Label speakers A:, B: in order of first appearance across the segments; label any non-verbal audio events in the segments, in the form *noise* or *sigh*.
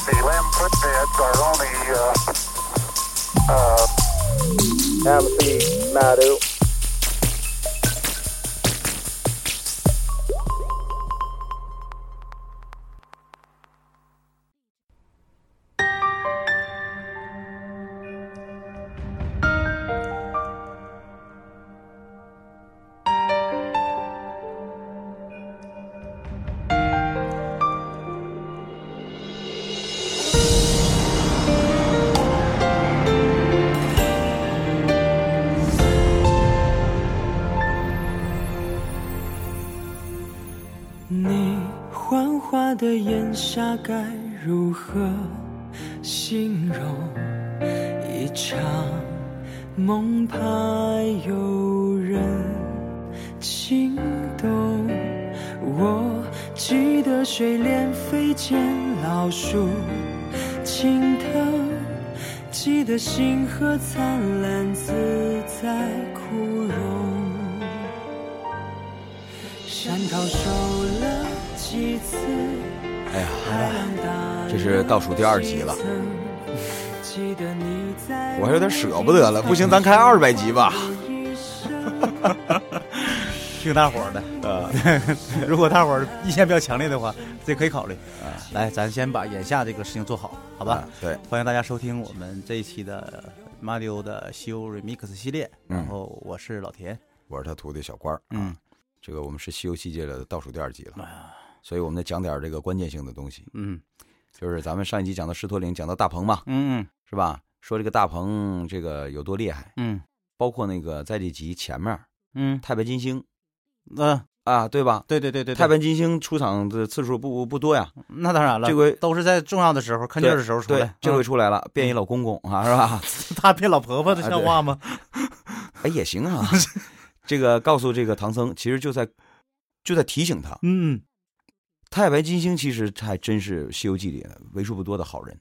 A: foot beds are only uh, uh, Amity Madu.
B: 你幻化的眼下该如何形容一场梦怕有人心动？我记得水莲飞溅老树青藤，记得星河灿烂自在枯荣。山涛受了几次，
C: 哎呀，
B: 海浪打
C: 这是倒数第二集了，
B: 记得你在
C: 我还有点舍不得了。不行，咱开二百集吧。
B: 一生
D: 听大伙儿的。呃 *laughs* 如果大伙儿意见比较强烈的话，这可以考虑。呃来，咱先把眼下这个事情做好，好吧？
C: 啊对，
D: 欢迎大家收听我们这一期的马里欧的西欧 remix 系列。
C: 嗯
D: 然后我是老田，
C: 我是他徒弟小官儿。啊
D: 嗯，
C: 这个我们是西游记界的倒数第二集了，所以我们得讲点儿这个关键性的东西。
D: 嗯
C: 就是咱们上一集讲到狮驼岭，讲到大鹏嘛，
D: 嗯
C: 是吧？说这个大鹏这个有多厉害，
D: 嗯
C: 包括那个在这集前面儿
D: 嗯
C: 太白金星
D: 嗯，呃，
C: 啊，对吧？
D: 对对对对，对
C: 太白金星出场的次数不不多呀，
D: 那当然了，
C: 这回
D: 都是在重要的时候、看劲儿的时候出
C: 对
D: 来，。
C: 这回出来了，嗯变一老公公啊，是 *laughs* 吧？
D: 嗯他骗老婆婆，这
C: 啊
D: 像
C: 对
D: 话吗？
C: 哎，也行啊。 *laughs* 这个告诉这个唐僧，其实就在就在提醒他，
D: 嗯
C: 太白金星其实还真是《西游记》里的为数不多的好人，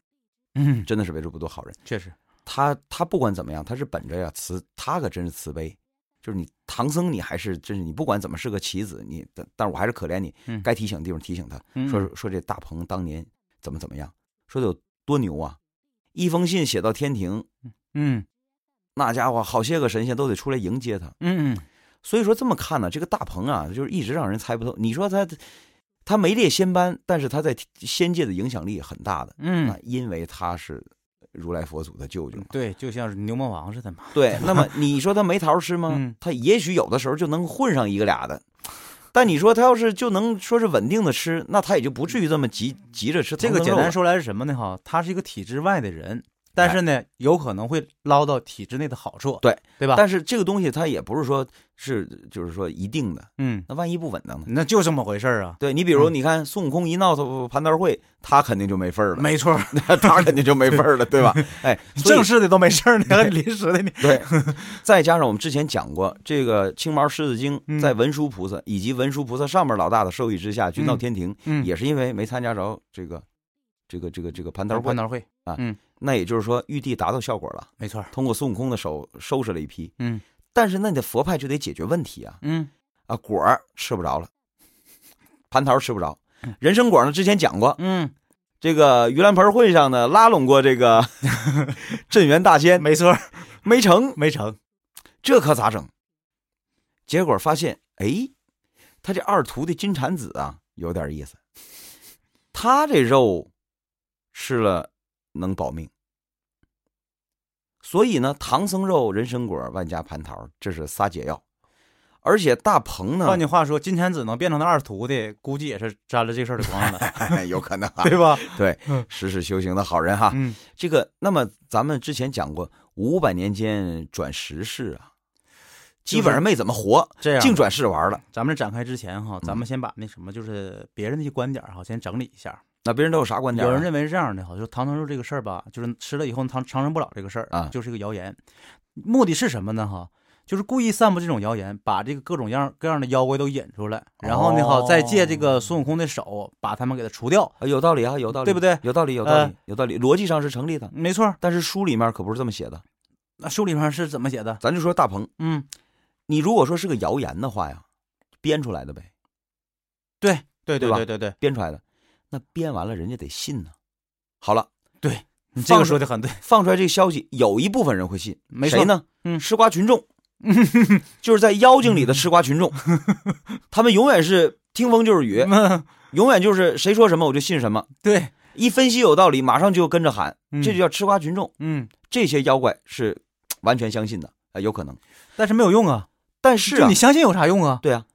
D: 嗯，
C: 真的是为数不多好人。
D: 确实，
C: 他他不管怎么样，他是本着呀慈，他可真是慈悲。就是你唐僧，你还是真是你不管怎么是个棋子，你但但是我还是可怜你
D: 嗯，
C: 该提醒的地方提醒他，
D: 嗯
C: 说说这大鹏当年怎么怎么样，说的有多牛啊！一封信写到天庭，
D: 嗯
C: 那家伙好些个神仙都得出来迎接他。
D: 嗯嗯
C: 所以说这么看呢，这个大鹏啊，就是一直让人猜不透。你说他他没列仙班，但是他在仙界的影响力很大的，
D: 嗯
C: 那，啊因为他是如来佛祖的舅舅嘛。
D: 对，就像是牛魔王似的嘛。
C: 嗯对， *laughs* 那么你说他没桃吃吗？
D: 嗯
C: 他也许有的时候就能混上一个俩的。但你说他要是就能说是稳定的吃，那他也就不至于这么急急着吃
D: 这
C: 唐僧肉
D: 个
C: 了。
D: 简单说来是什么呢？哈，他是一个体制外的人，但是呢，有可能会捞到体制内的好处，
C: 哎对
D: 对吧？
C: 但是这个东西它也不是说是就是说一定的，
D: 嗯，
C: 那万一不稳当呢？
D: 那就这么回事儿啊，
C: 对你比如
D: 嗯
C: 你看孙悟空一闹腾蟠桃会，他肯定就没份儿了。
D: 没错儿，
C: *laughs* 他肯定就没份儿了，对 *laughs* 吧？哎，所以
D: 正式的都没事儿呢，还 *laughs* 临时的呢，
C: *laughs* 对，再加上我们之前讲过，这个青毛狮子精
D: 嗯
C: 在文殊菩萨以及文殊菩萨上面老大的授意之下，均到
D: 嗯
C: 天庭，
D: 嗯，
C: 也是因为没参加着这个这个这个这个蟠桃会
D: 蟠。桃会，
C: 那也就是说，玉帝达到效果了，
D: 没错儿，
C: 通过孙悟空的手收拾了一批。
D: 嗯
C: 但是那你的佛派就得解决问题啊
D: 嗯
C: 啊，果儿吃不着了，蟠桃吃不着，人参果呢之前讲过，
D: 嗯，
C: 这个盂兰盆会上呢拉拢过这个 *laughs* 镇元大仙，
D: 没错儿，
C: 没成，
D: 没成，
C: 这可咋整？结果发现，哎，他这二徒弟金蝉子啊，有点意思。他这肉吃了能保命，所以呢，唐僧肉、人参果、万家蟠桃，这是仨解药。而且大鹏呢
D: 换，句话说，金蝉子能变成他二徒弟，估计也是沾了这事儿的光了，
C: 有可能 *laughs* 啊，
D: 对吧？
C: 时时修行的好人哈。
D: 嗯，
C: 这个，那么咱们之前讲过，五百年间转十世啊，基本上没怎么活，
D: 这样，
C: 净转世玩了。
D: 咱们展开之前哈，咱们
C: 嗯
D: 先把那什么，就是别人的一些观点儿哈，先整理一下。
C: 那别人都有啥观点啊？
D: 有人认为是这样的哈，就是唐僧肉这个事儿吧，就是吃了以后长长生不老这个事儿
C: 啊
D: 就是一个谣言。目的是什么呢？哈，就是故意散布这种谣言，把这个各种样各样的妖怪都引出来，然后呢哈，
C: 哦
D: 再借这个孙悟空的手把他们给他除掉。
C: 啊，有道理啊，有道理，
D: 对不对
C: 有道理，有道理
D: 呃，嗯
C: 有道理，逻辑上是成立的，
D: 没错儿，
C: 但是书里面可不是这么写的。
D: 那书里面是怎么写的？
C: 咱就说大鹏，
D: 嗯，
C: 你如果说是个谣言的话呀，编出来的呗，
D: 对对
C: 对吧
D: 对对对，
C: 编出来的，那编完了人家得信呢、好了，
D: 对，你这
C: 放
D: 个
C: 出
D: 说的很对， *laughs*
C: 放出来这个消息，有一部分人会信，
D: 没错
C: 谁呢？
D: 嗯
C: 吃瓜群
D: *laughs*
C: 众，就是在妖精里的吃瓜群众，他们永远是听风就是雨，
D: 嗯，
C: 永远就是谁说什么我就信什么，
D: 对，
C: 一分析有道理，马上就跟着喊，
D: 嗯
C: 这就叫吃瓜群众。
D: 嗯，
C: 这些妖怪是嘖完全相信的，啊、有可能。
D: 但是没有用啊，
C: 但是
D: 就
C: 啊
D: 你，相信有啥用啊？
C: 对啊，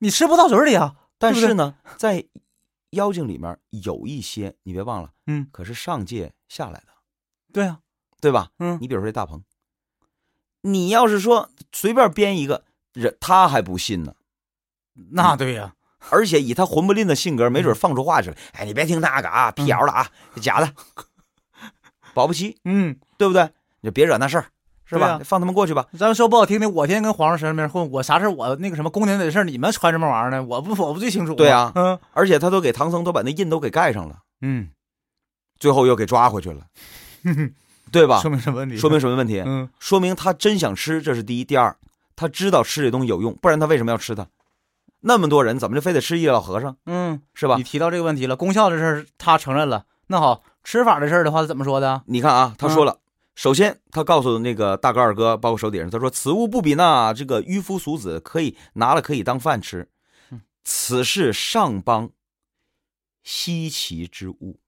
D: 你吃不到嘴里啊，
C: 但
D: 对不
C: 是
D: 对
C: 呢，在妖精里面有一些，你别忘了，
D: 嗯，
C: 可是上界下来的，
D: 对啊，
C: 对吧？
D: 嗯，
C: 你比如说这大鹏，你要是说随便编一个人，他还不信呢。
D: 那对呀，
C: 而且以他混不吝的性格，没
D: 嗯
C: 准放出话去了。哎，你别听那个啊，辟谣了啊，这假
D: *laughs*
C: 的，保不齐，
D: 嗯，
C: 对不对？你就别惹那事儿，是吧？
D: 对啊
C: 放他们过去吧。
D: 咱们说不好听的，我天天跟皇上身边混，我啥事儿我那个什么宫廷里的事儿，你们传什么玩意儿呢？我不我不最清楚吗。
C: 对啊
D: 嗯
C: 而且他都给唐僧都把那印都给盖上了，
D: 嗯，
C: 最后又给抓回去
D: *laughs*
C: 了，对吧
D: 说？明什么问题？
C: 啊说明什么问题？
D: 嗯，
C: 说明他真想吃，这是第一；第二，他知道吃这东西有用，不然他为什么要吃它？那么多人怎么就非得吃一老和尚
D: 嗯，
C: 是吧
D: 你？提到这个问题了，功效的事儿他承认了。那好，吃法的事儿的话，他怎么说的？
C: 你看啊，他说了，首先他告诉那个大哥二哥，包括手底下人，他说此物不比那这个迂夫俗子，可以拿了可以当饭吃，此是上邦稀奇之物，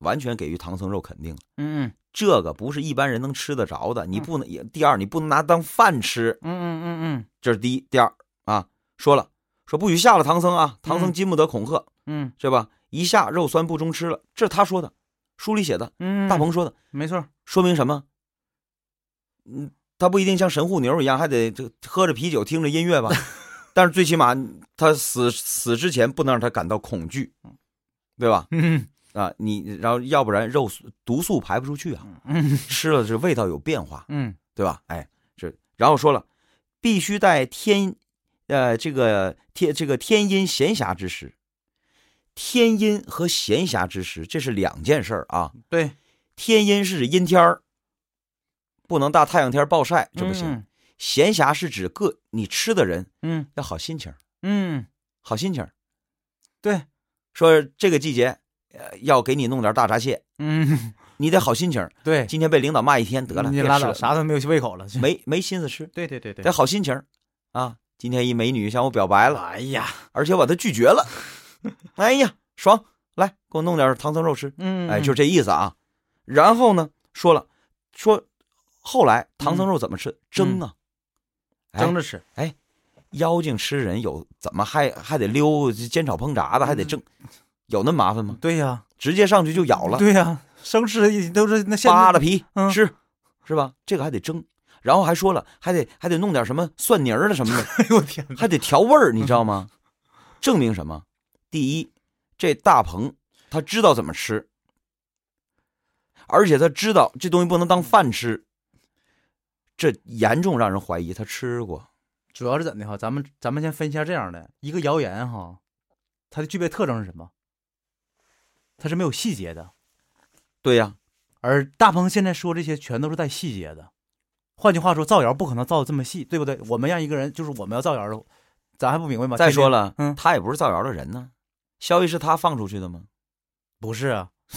C: 完全给予唐僧肉肯定了。
D: 嗯
C: 这个不是一般人能吃得着的，你不能也第二，你不能拿当饭吃，
D: 嗯嗯嗯
C: 这是第一。第二啊，说了说不许吓了唐僧啊，唐僧
D: 嗯
C: 禁不得恐吓，
D: 嗯
C: 是吧？一下肉酸不中吃了，这是他说的，书里写的，
D: 嗯嗯，
C: 大鹏说的。
D: 没错，
C: 说明什么？嗯，他不一定像神户牛一样，还得这喝着啤酒听着音乐
D: *laughs*
C: 吧。但是最起码他死死之前不能让他感到恐惧，对吧？
D: 嗯
C: 啊，你然后要不然肉素毒素排不出去啊，
D: 嗯
C: 吃了这味道有变化，
D: 嗯
C: *laughs* 对吧？哎，这然后说了，必须在天，呃，这个天这个天阴闲暇之时，天阴和闲暇之时这是两件事儿啊。
D: 对，
C: 天阴是指阴天儿，不能大太阳天儿暴晒，这不行。
D: 行，
C: 闲暇是指个你吃的人
D: 嗯
C: 要好心情儿，
D: 嗯，
C: 好心情儿。
D: 对，
C: 说这个季节，呃，要给你弄点大闸蟹，
D: 嗯
C: 你得好心情儿。
D: 对，
C: 今天被领导骂一天，得了，
D: 你
C: 别
D: 拉
C: 吃
D: 倒，
C: 了，
D: 啥都没有胃口了。这
C: 没没心思吃，
D: 对对对对
C: 得，好心情儿啊。今天一美女向我表白了，
D: 哎呀，
C: 而且我把她拒绝
D: *laughs*
C: 了，哎呀，爽！来，给我弄点唐僧肉吃。
D: 嗯，
C: 哎，就这意思啊。然后呢，说了说，后来唐僧肉怎么吃？蒸啊，哎
D: 嗯蒸着吃，
C: 妖精吃人有怎么还还得溜煎炒烹炸的，还得
D: 嗯
C: 蒸，有那么麻烦吗？
D: 对呀，
C: 直接上去就咬了，
D: 嗯对呀，生吃一都是那现
C: 扒了皮
D: 嗯
C: 吃，是吧？这个还得蒸，然后还说了，还得还得弄点什么蒜泥儿了什么的，
D: 哎 *laughs* 呦我天哪！
C: 还得调味儿，你知道吗？证明什么？第一，这大鹏他知道怎么吃，而且他知道这东西不能当饭吃，这严重让人怀疑他吃过。
D: 主要是怎的哈？咱们咱们先分析一下这样的一个谣言哈，它的具备特征是什么？它是没有细节的，
C: 对呀、
D: 而大鹏现在说这些全都是带细节的。换句话说，造谣不可能造的这么细，对不对？我们让一个人就是我们要造谣的，咱还不明白吗？
C: 再
D: 天天
C: 说，了，
D: 嗯
C: 他也不是造谣的人呢，消息是他放出去的吗？
D: 不是啊， *laughs*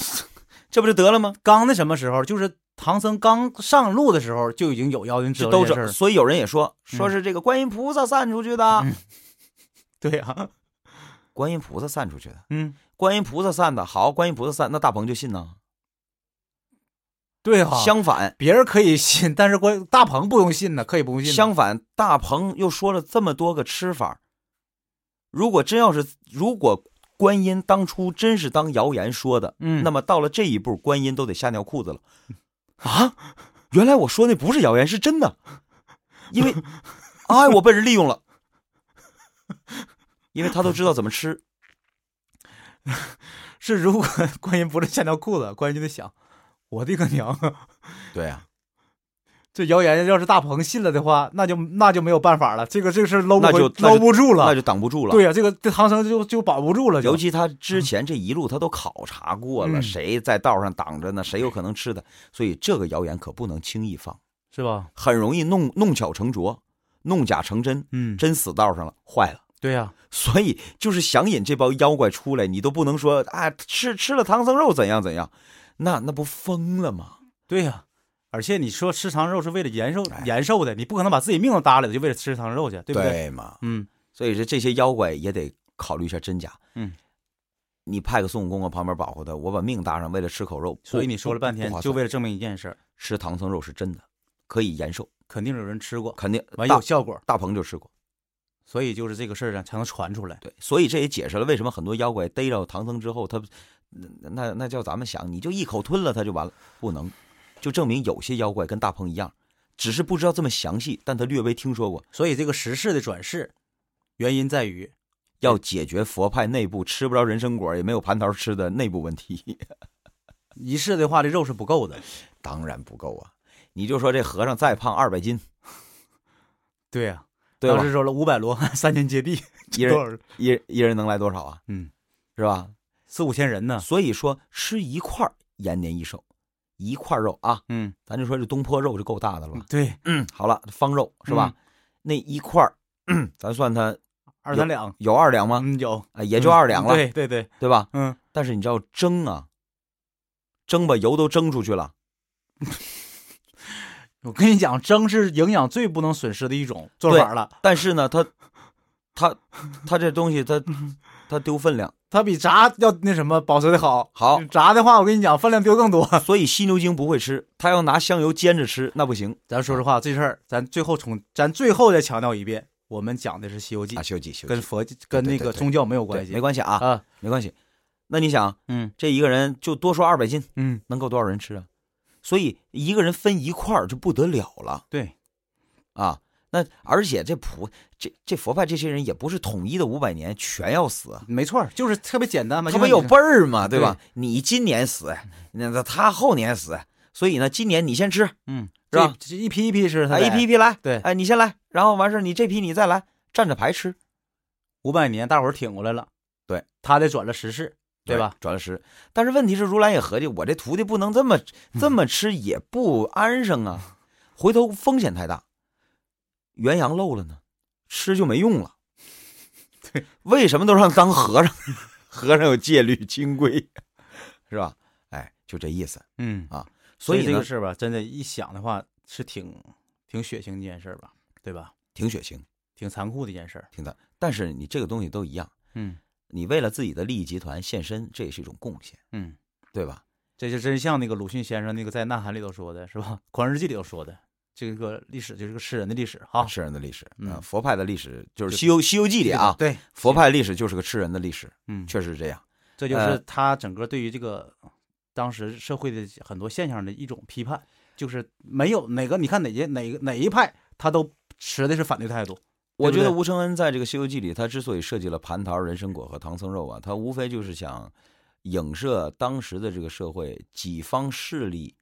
C: 这不就得了吗？
D: 刚那什么时候？就是唐僧刚上路的时候就已经有妖精知
C: 这
D: 道
C: 都
D: 这件
C: 是，
D: 事儿了。
C: 所以有人也说，说是这个观音菩萨散出去的，
D: 嗯对啊，
C: 观音菩萨散出去的，
D: 嗯，
C: 观音菩萨散的好，观音菩萨散，那大鹏就信呢？
D: *laughs* 对哈、
C: 相反，
D: 别人可以信，但是关大鹏不用信呢，可以不用信呢。
C: 相反，大鹏又说了这么多个吃法儿，如果真要是如果观音当初真是当谣言说的，
D: 嗯，
C: 那么到了这一步，观音都得吓尿裤子了 *laughs* 啊！原来我说那不是谣言，是真的，因 *laughs* 为哎，我被人利用了，因为他都知道怎么吃，
D: 是如果 *laughs* 观音不是吓尿裤子，观音就得想，我的个娘啊！
C: 对呀、
D: 这谣言要是大鹏信了的话，那就那就没有办法了，这个这个事儿搂不
C: 那就
D: 回搂不住了，
C: 那就挡不住了。
D: 对呀、这个这唐僧就就保不住了就，
C: 尤其他之前这一路他都考察过了，
D: 嗯
C: 谁在道上挡着呢？谁有可能吃的？所以这个谣言可不能轻易放。
D: 是吧？
C: 很容易弄弄巧成拙，弄假成真，
D: 嗯，
C: 真死道上了，坏了。
D: 对呀、
C: 所以就是想引这帮妖怪出来，你都不能说啊，吃吃了唐僧肉怎样怎样，那那不疯了吗？
D: 对呀、而且你说吃长肉是为了延寿
C: 哎
D: 延寿的，你不可能把自己命都搭理了，就为了吃长肉去，对不对？
C: 嘛？
D: 嗯，
C: 所以说这些妖怪也得考虑一下真假。
D: 嗯，
C: 你派个孙悟空往啊旁边保护他，我把命搭上，为了吃口肉，
D: 所以
C: 不
D: 你说了
C: 不
D: 半
C: 不
D: 天
C: 划，
D: 就
C: 算
D: 为了证明一件事儿，
C: 吃唐僧肉是真的，可以延寿，
D: 肯定有人吃过，
C: 肯定
D: 完
C: 呃大
D: 有效果，
C: 大鹏就吃过。
D: 所以就是这个事儿啊才能传出来。
C: 对，所以这也解释了为什么很多妖怪逮着唐僧之后，他那那那叫咱们想，你就一口吞了他就完了，不能，就证明有些妖怪跟大鹏一样，只是不知道这么详细，但他略微听说过。
D: 所以这个时事的转世，原因在于
C: 要解决佛派内部吃不着人参果，也没有蟠桃吃的内部问题， *laughs*
D: 一世的话，这肉是不够的。
C: 当然不够啊！你就说这和尚再胖二百斤，
D: 对呀、
C: 对吧
D: 当？时说了五百罗 *laughs* 汉三千接地，
C: 一人
D: 多少人？
C: 一人一人能来多少啊？
D: 嗯，
C: 是吧？
D: 四五千人呢。
C: 所以说吃一块儿延年益寿，一块肉啊，
D: 嗯，
C: 咱就说这东坡肉就够大的了吧？
D: 对，
C: 嗯，好了，方肉是
D: 嗯
C: 吧？那一块儿， *clears throat* 咱算它
D: 二三两，
C: 有二两吗？
D: 嗯，有，
C: 啊，也就二两了，
D: 对对对，
C: 对吧？
D: 嗯，
C: 但是你知道蒸啊，蒸把油都蒸出去了，
D: 我跟你讲，蒸是营养最不能损失的一种做法了，
C: 但是呢，它它它这东西它
D: 嗯
C: 它丢分量。
D: 它比炸要那什么保持的好。嗯
C: 好，
D: 炸的话，我跟你讲，分量丢更多。 *laughs*
C: 所以犀牛精不会吃，它要拿香油煎着吃，那不行。
D: 咱说实话，这事儿咱最后重，咱最后再强调一遍，我们讲的是《西游记
C: 啊，》，休息休息，
D: 跟佛跟
C: 对对
D: 那个
C: 对
D: 宗教没有
C: 对
D: 关系
C: 没关系啊，
D: 啊。
C: 没关系。那你想，
D: 嗯
C: 这一个人就多说二百斤，
D: 嗯，
C: 能够多少人吃啊？所以一个人分一块儿就不得了了
D: 对，
C: 啊！那而且这普这这佛派这些人也不是统一的五百年全要死，
D: 没错，就是特别简单嘛。
C: 他
D: 就
C: 不
D: 像
C: 有
D: 你
C: 辈儿嘛，对吧？你今年死，那他后年死，所以呢，今年你先吃，
D: 嗯，
C: 是吧
D: 这？这一批一批吃，
C: 啊，一批一批来，
D: 对
C: 哎，你先来，然后完事儿你这批你再来，站着排吃，
D: 五百年，大伙儿挺过来了。
C: 对，
D: 他得转了时事，对吧？？
C: 转了十，但是问题是，如来也合计，我这徒弟不能这么
D: 嗯
C: 这么吃，也不安生
D: *laughs*
C: 啊，回头风险太大。元阳漏了呢，吃就没用
D: *laughs*
C: 了。对，为什么都让当和尚？ *laughs* 和尚有戒律清规，是吧？哎，就这意思。
D: 嗯，
C: 所以
D: 这
C: 呢
D: 个，事儿吧，真的，一想的话是挺挺血腥的一件事儿吧，对吧？
C: 挺血腥。
D: 挺残酷的一件事儿。
C: 挺大。但是你这个东西都一样，
D: 嗯
C: 你为了自己的利益集团献身，这也是一种贡献，
D: 嗯，
C: 对吧？
D: 这就真像那个鲁迅先生那个在《呐喊》里头说的是吧，《狂日记》里头说的，这个历史就是个吃人的历史哈。
C: 吃人的历史，
D: 嗯
C: 呃佛派的历史就是
D: 就
C: 《西游西游记》里啊，
D: 对，
C: 佛派历史就是个吃人的历史，
D: 嗯，
C: 确实是这样。
D: 这就是
C: 呃
D: 他整个对于这个当时社会的很多现象的一种批判，就是没有哪个你看哪些哪个哪一派他都持的是反对态度。
C: 我
D: 对不
C: 觉得
D: 对
C: 吴承恩在这个《西游记》里，他之所以设计了蟠桃、人参果和唐僧肉啊，他无非就是想影射当时的这个社会几方势力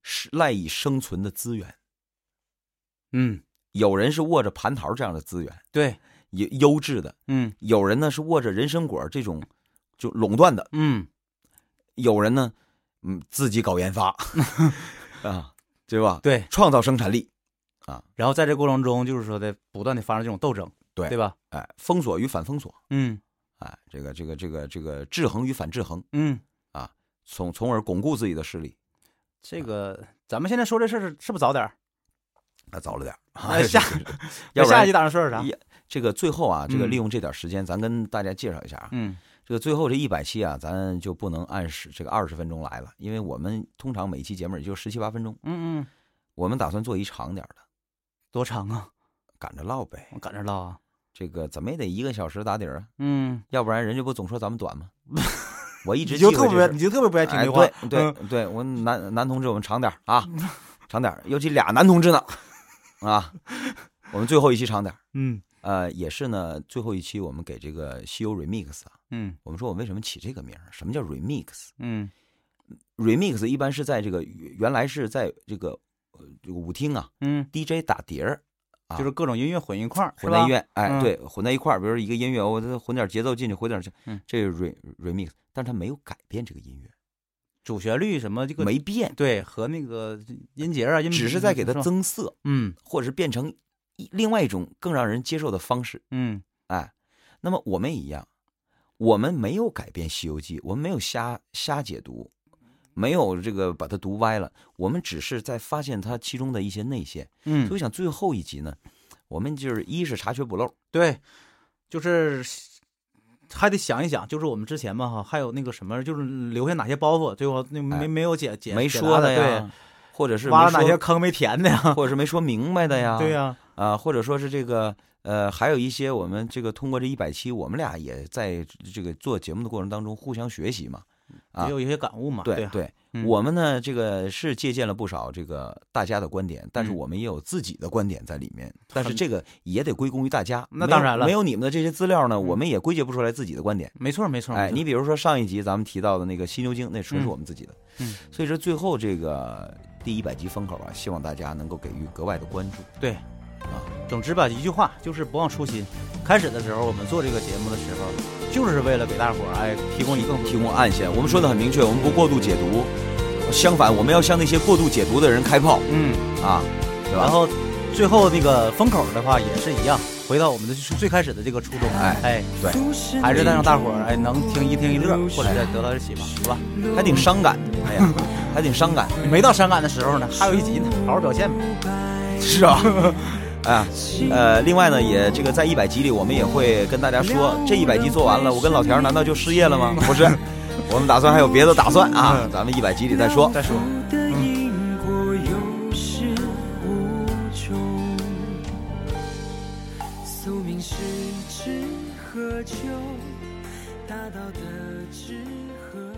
C: 是赖以生存的资源。
D: 嗯，
C: 有人是握着蟠桃这样的资源，
D: 对，
C: 优优质的；
D: 嗯
C: 有人呢是握着人参果这种就垄断的，
D: 嗯，
C: 有人呢，嗯，自己搞研
D: *laughs*
C: 发啊，对吧？
D: 对。
C: 创造生产力，
D: 然后在这过程中，就是说的不断的发生这种斗争，
C: 对
D: 对吧？
C: 哎，封锁与反封锁，
D: 嗯
C: 哎，这个这个这个这个制衡与反制衡，
D: 嗯，
C: 从从而巩固自己的势力。
D: 这个咱们现在说这事儿是是不是早点儿？
C: 那早了点儿，
D: 那啊下
C: *laughs* 要不
D: 下
C: 然
D: 一集打算说点啥？
C: 一这个最后啊，这个
D: 嗯
C: 利用这点时间，咱跟大家介绍一下啊，
D: 嗯
C: 这个最后这一百期啊，咱就不能按时这个二十分钟来了，因为我们通常每期节目也就十七八分钟，
D: 嗯嗯，
C: 我们打算做一长点儿的，
D: 多长啊？
C: 赶着唠呗。
D: 我赶着唠啊。
C: 这个怎么也得一个小时打底儿啊，
D: 嗯，
C: 要不然人家不总说咱们短
D: *laughs*
C: 吗？我一直
D: 你就
C: 记过
D: 特
C: 这
D: 别
C: 事儿
D: 你就特别不爱听
C: 哎，
D: 这话。
C: 对对
D: 嗯
C: 对，我男男同志，我们长点儿啊，长点儿，尤其俩男同志呢，
D: *laughs*
C: 啊，我们最后一期长点儿。
D: 嗯
C: 呃，也是呢，最后一期我们给这个西游 remix 啊，
D: 嗯
C: 我们说我们为什么起这个名儿？什么叫 remix？remix
D: 嗯
C: 一般是在这个原来是在这个呃这个舞厅啊
D: 嗯，
C: ，DJ 打碟儿啊
D: 就是各种音乐混一块儿，
C: 混在音
D: 是吧。
C: 乐，哎，
D: 嗯
C: 对，混在一块儿，比如说一个音乐，我再混点节奏进去，混点这
D: 嗯，
C: 这是 re remix，但是它没有改变这个音乐，
D: 主旋律什么这个
C: 没变，
D: 对和那个音节啊，音
C: 只是在给它
D: 吧
C: 增色。
D: 嗯
C: 或者是变成一另外一种更让人接受的方式。
D: 嗯
C: 哎，那么我们一样，我们没有改变《西游记》，我们没有瞎瞎解读，没有这个把它读歪了，我们只是在发现它其中的一些内线。所以
D: 嗯
C: 我，想最后一集呢，我们就是一是查缺补漏，
D: 对，就是还得想一想，就是我们之前嘛哈，还有那个什么，就是留下哪些包袱，最后那没、
C: 哎
D: 没有解解
C: 没
D: 解
C: 说
D: 答的
C: 呀，或者是
D: 对，
C: 没
D: 挖了哪
C: 说
D: 些坑没填
C: *laughs*
D: 的呀？
C: 或者是没说明白的呀，
D: 对呀、
C: 啊、或者说是这个呃，还有一些我们这个通过这一百期，我们俩也在这个做节目的过程当中互相学习嘛。啊
D: 嗯也有一些感悟嘛。
C: 对
D: 对，嗯
C: 我们呢这个是借鉴了不少这个大家的观点，但是
D: 嗯
C: 我们也有自己的观点在里面，但是
D: 很
C: 这个也得归功于大家。
D: 那
C: 没
D: 当
C: 有
D: 然了嗯
C: 没有你们的这些资料呢，我们也归结不出来自己的观点。
D: 没错没错。
C: 哎，
D: 没
C: 你
D: 错
C: 比如说上一集咱们提到的那个《西游经》，那纯是
D: 嗯
C: 我们自己的。
D: 嗯
C: 所以说最后这个第一百集风口啊，希望大家能够给予格外的关注。
D: 对
C: 啊，
D: 总之吧，一句话就是不忘初心。开始的时候，我们做这个节目的时候，就是为了给大伙儿哎提供一个更
C: 提供暗线，我们说的很明确，我们不过度解读，相反，我们要向那些过度解读的人开炮
D: 嗯，
C: 啊，对
D: 然
C: 吧？
D: 后最后那个风口的话也是一样，回到我们的最最开始的这个初衷，
C: 哎
D: 哎，
C: 对
B: 对
D: 还
B: 还
D: 是
B: 是
D: 让
B: 让
D: 大
B: 大
D: 伙
B: 伙
D: 儿
B: 儿
D: 哎
B: 哎
D: 能
B: 能
D: 听
B: 听
D: 一
B: 一
D: 听
B: 听
D: 一
B: 一
D: 乐
B: 乐，，或
D: 或者
B: 者
D: 得到点启发，是吧？
C: 还
B: 还
C: 挺
B: 挺伤。
C: 伤感，哎呀，还挺伤感，
D: 没到伤感的时候呢，还有一集呢，好好表现呗。
C: *laughs* 是 *laughs* 啊，哎呀，呃，另外呢，也这个在一百集里，我们也会跟大家说，这一百集做完了，我跟老田儿难道就失业了吗？不是，我们打算还有别的打算啊，咱们一百集里再说。
D: 再说，
B: 的因果有始无终，
D: 嗯
B: 宿命是知和求，大道的知和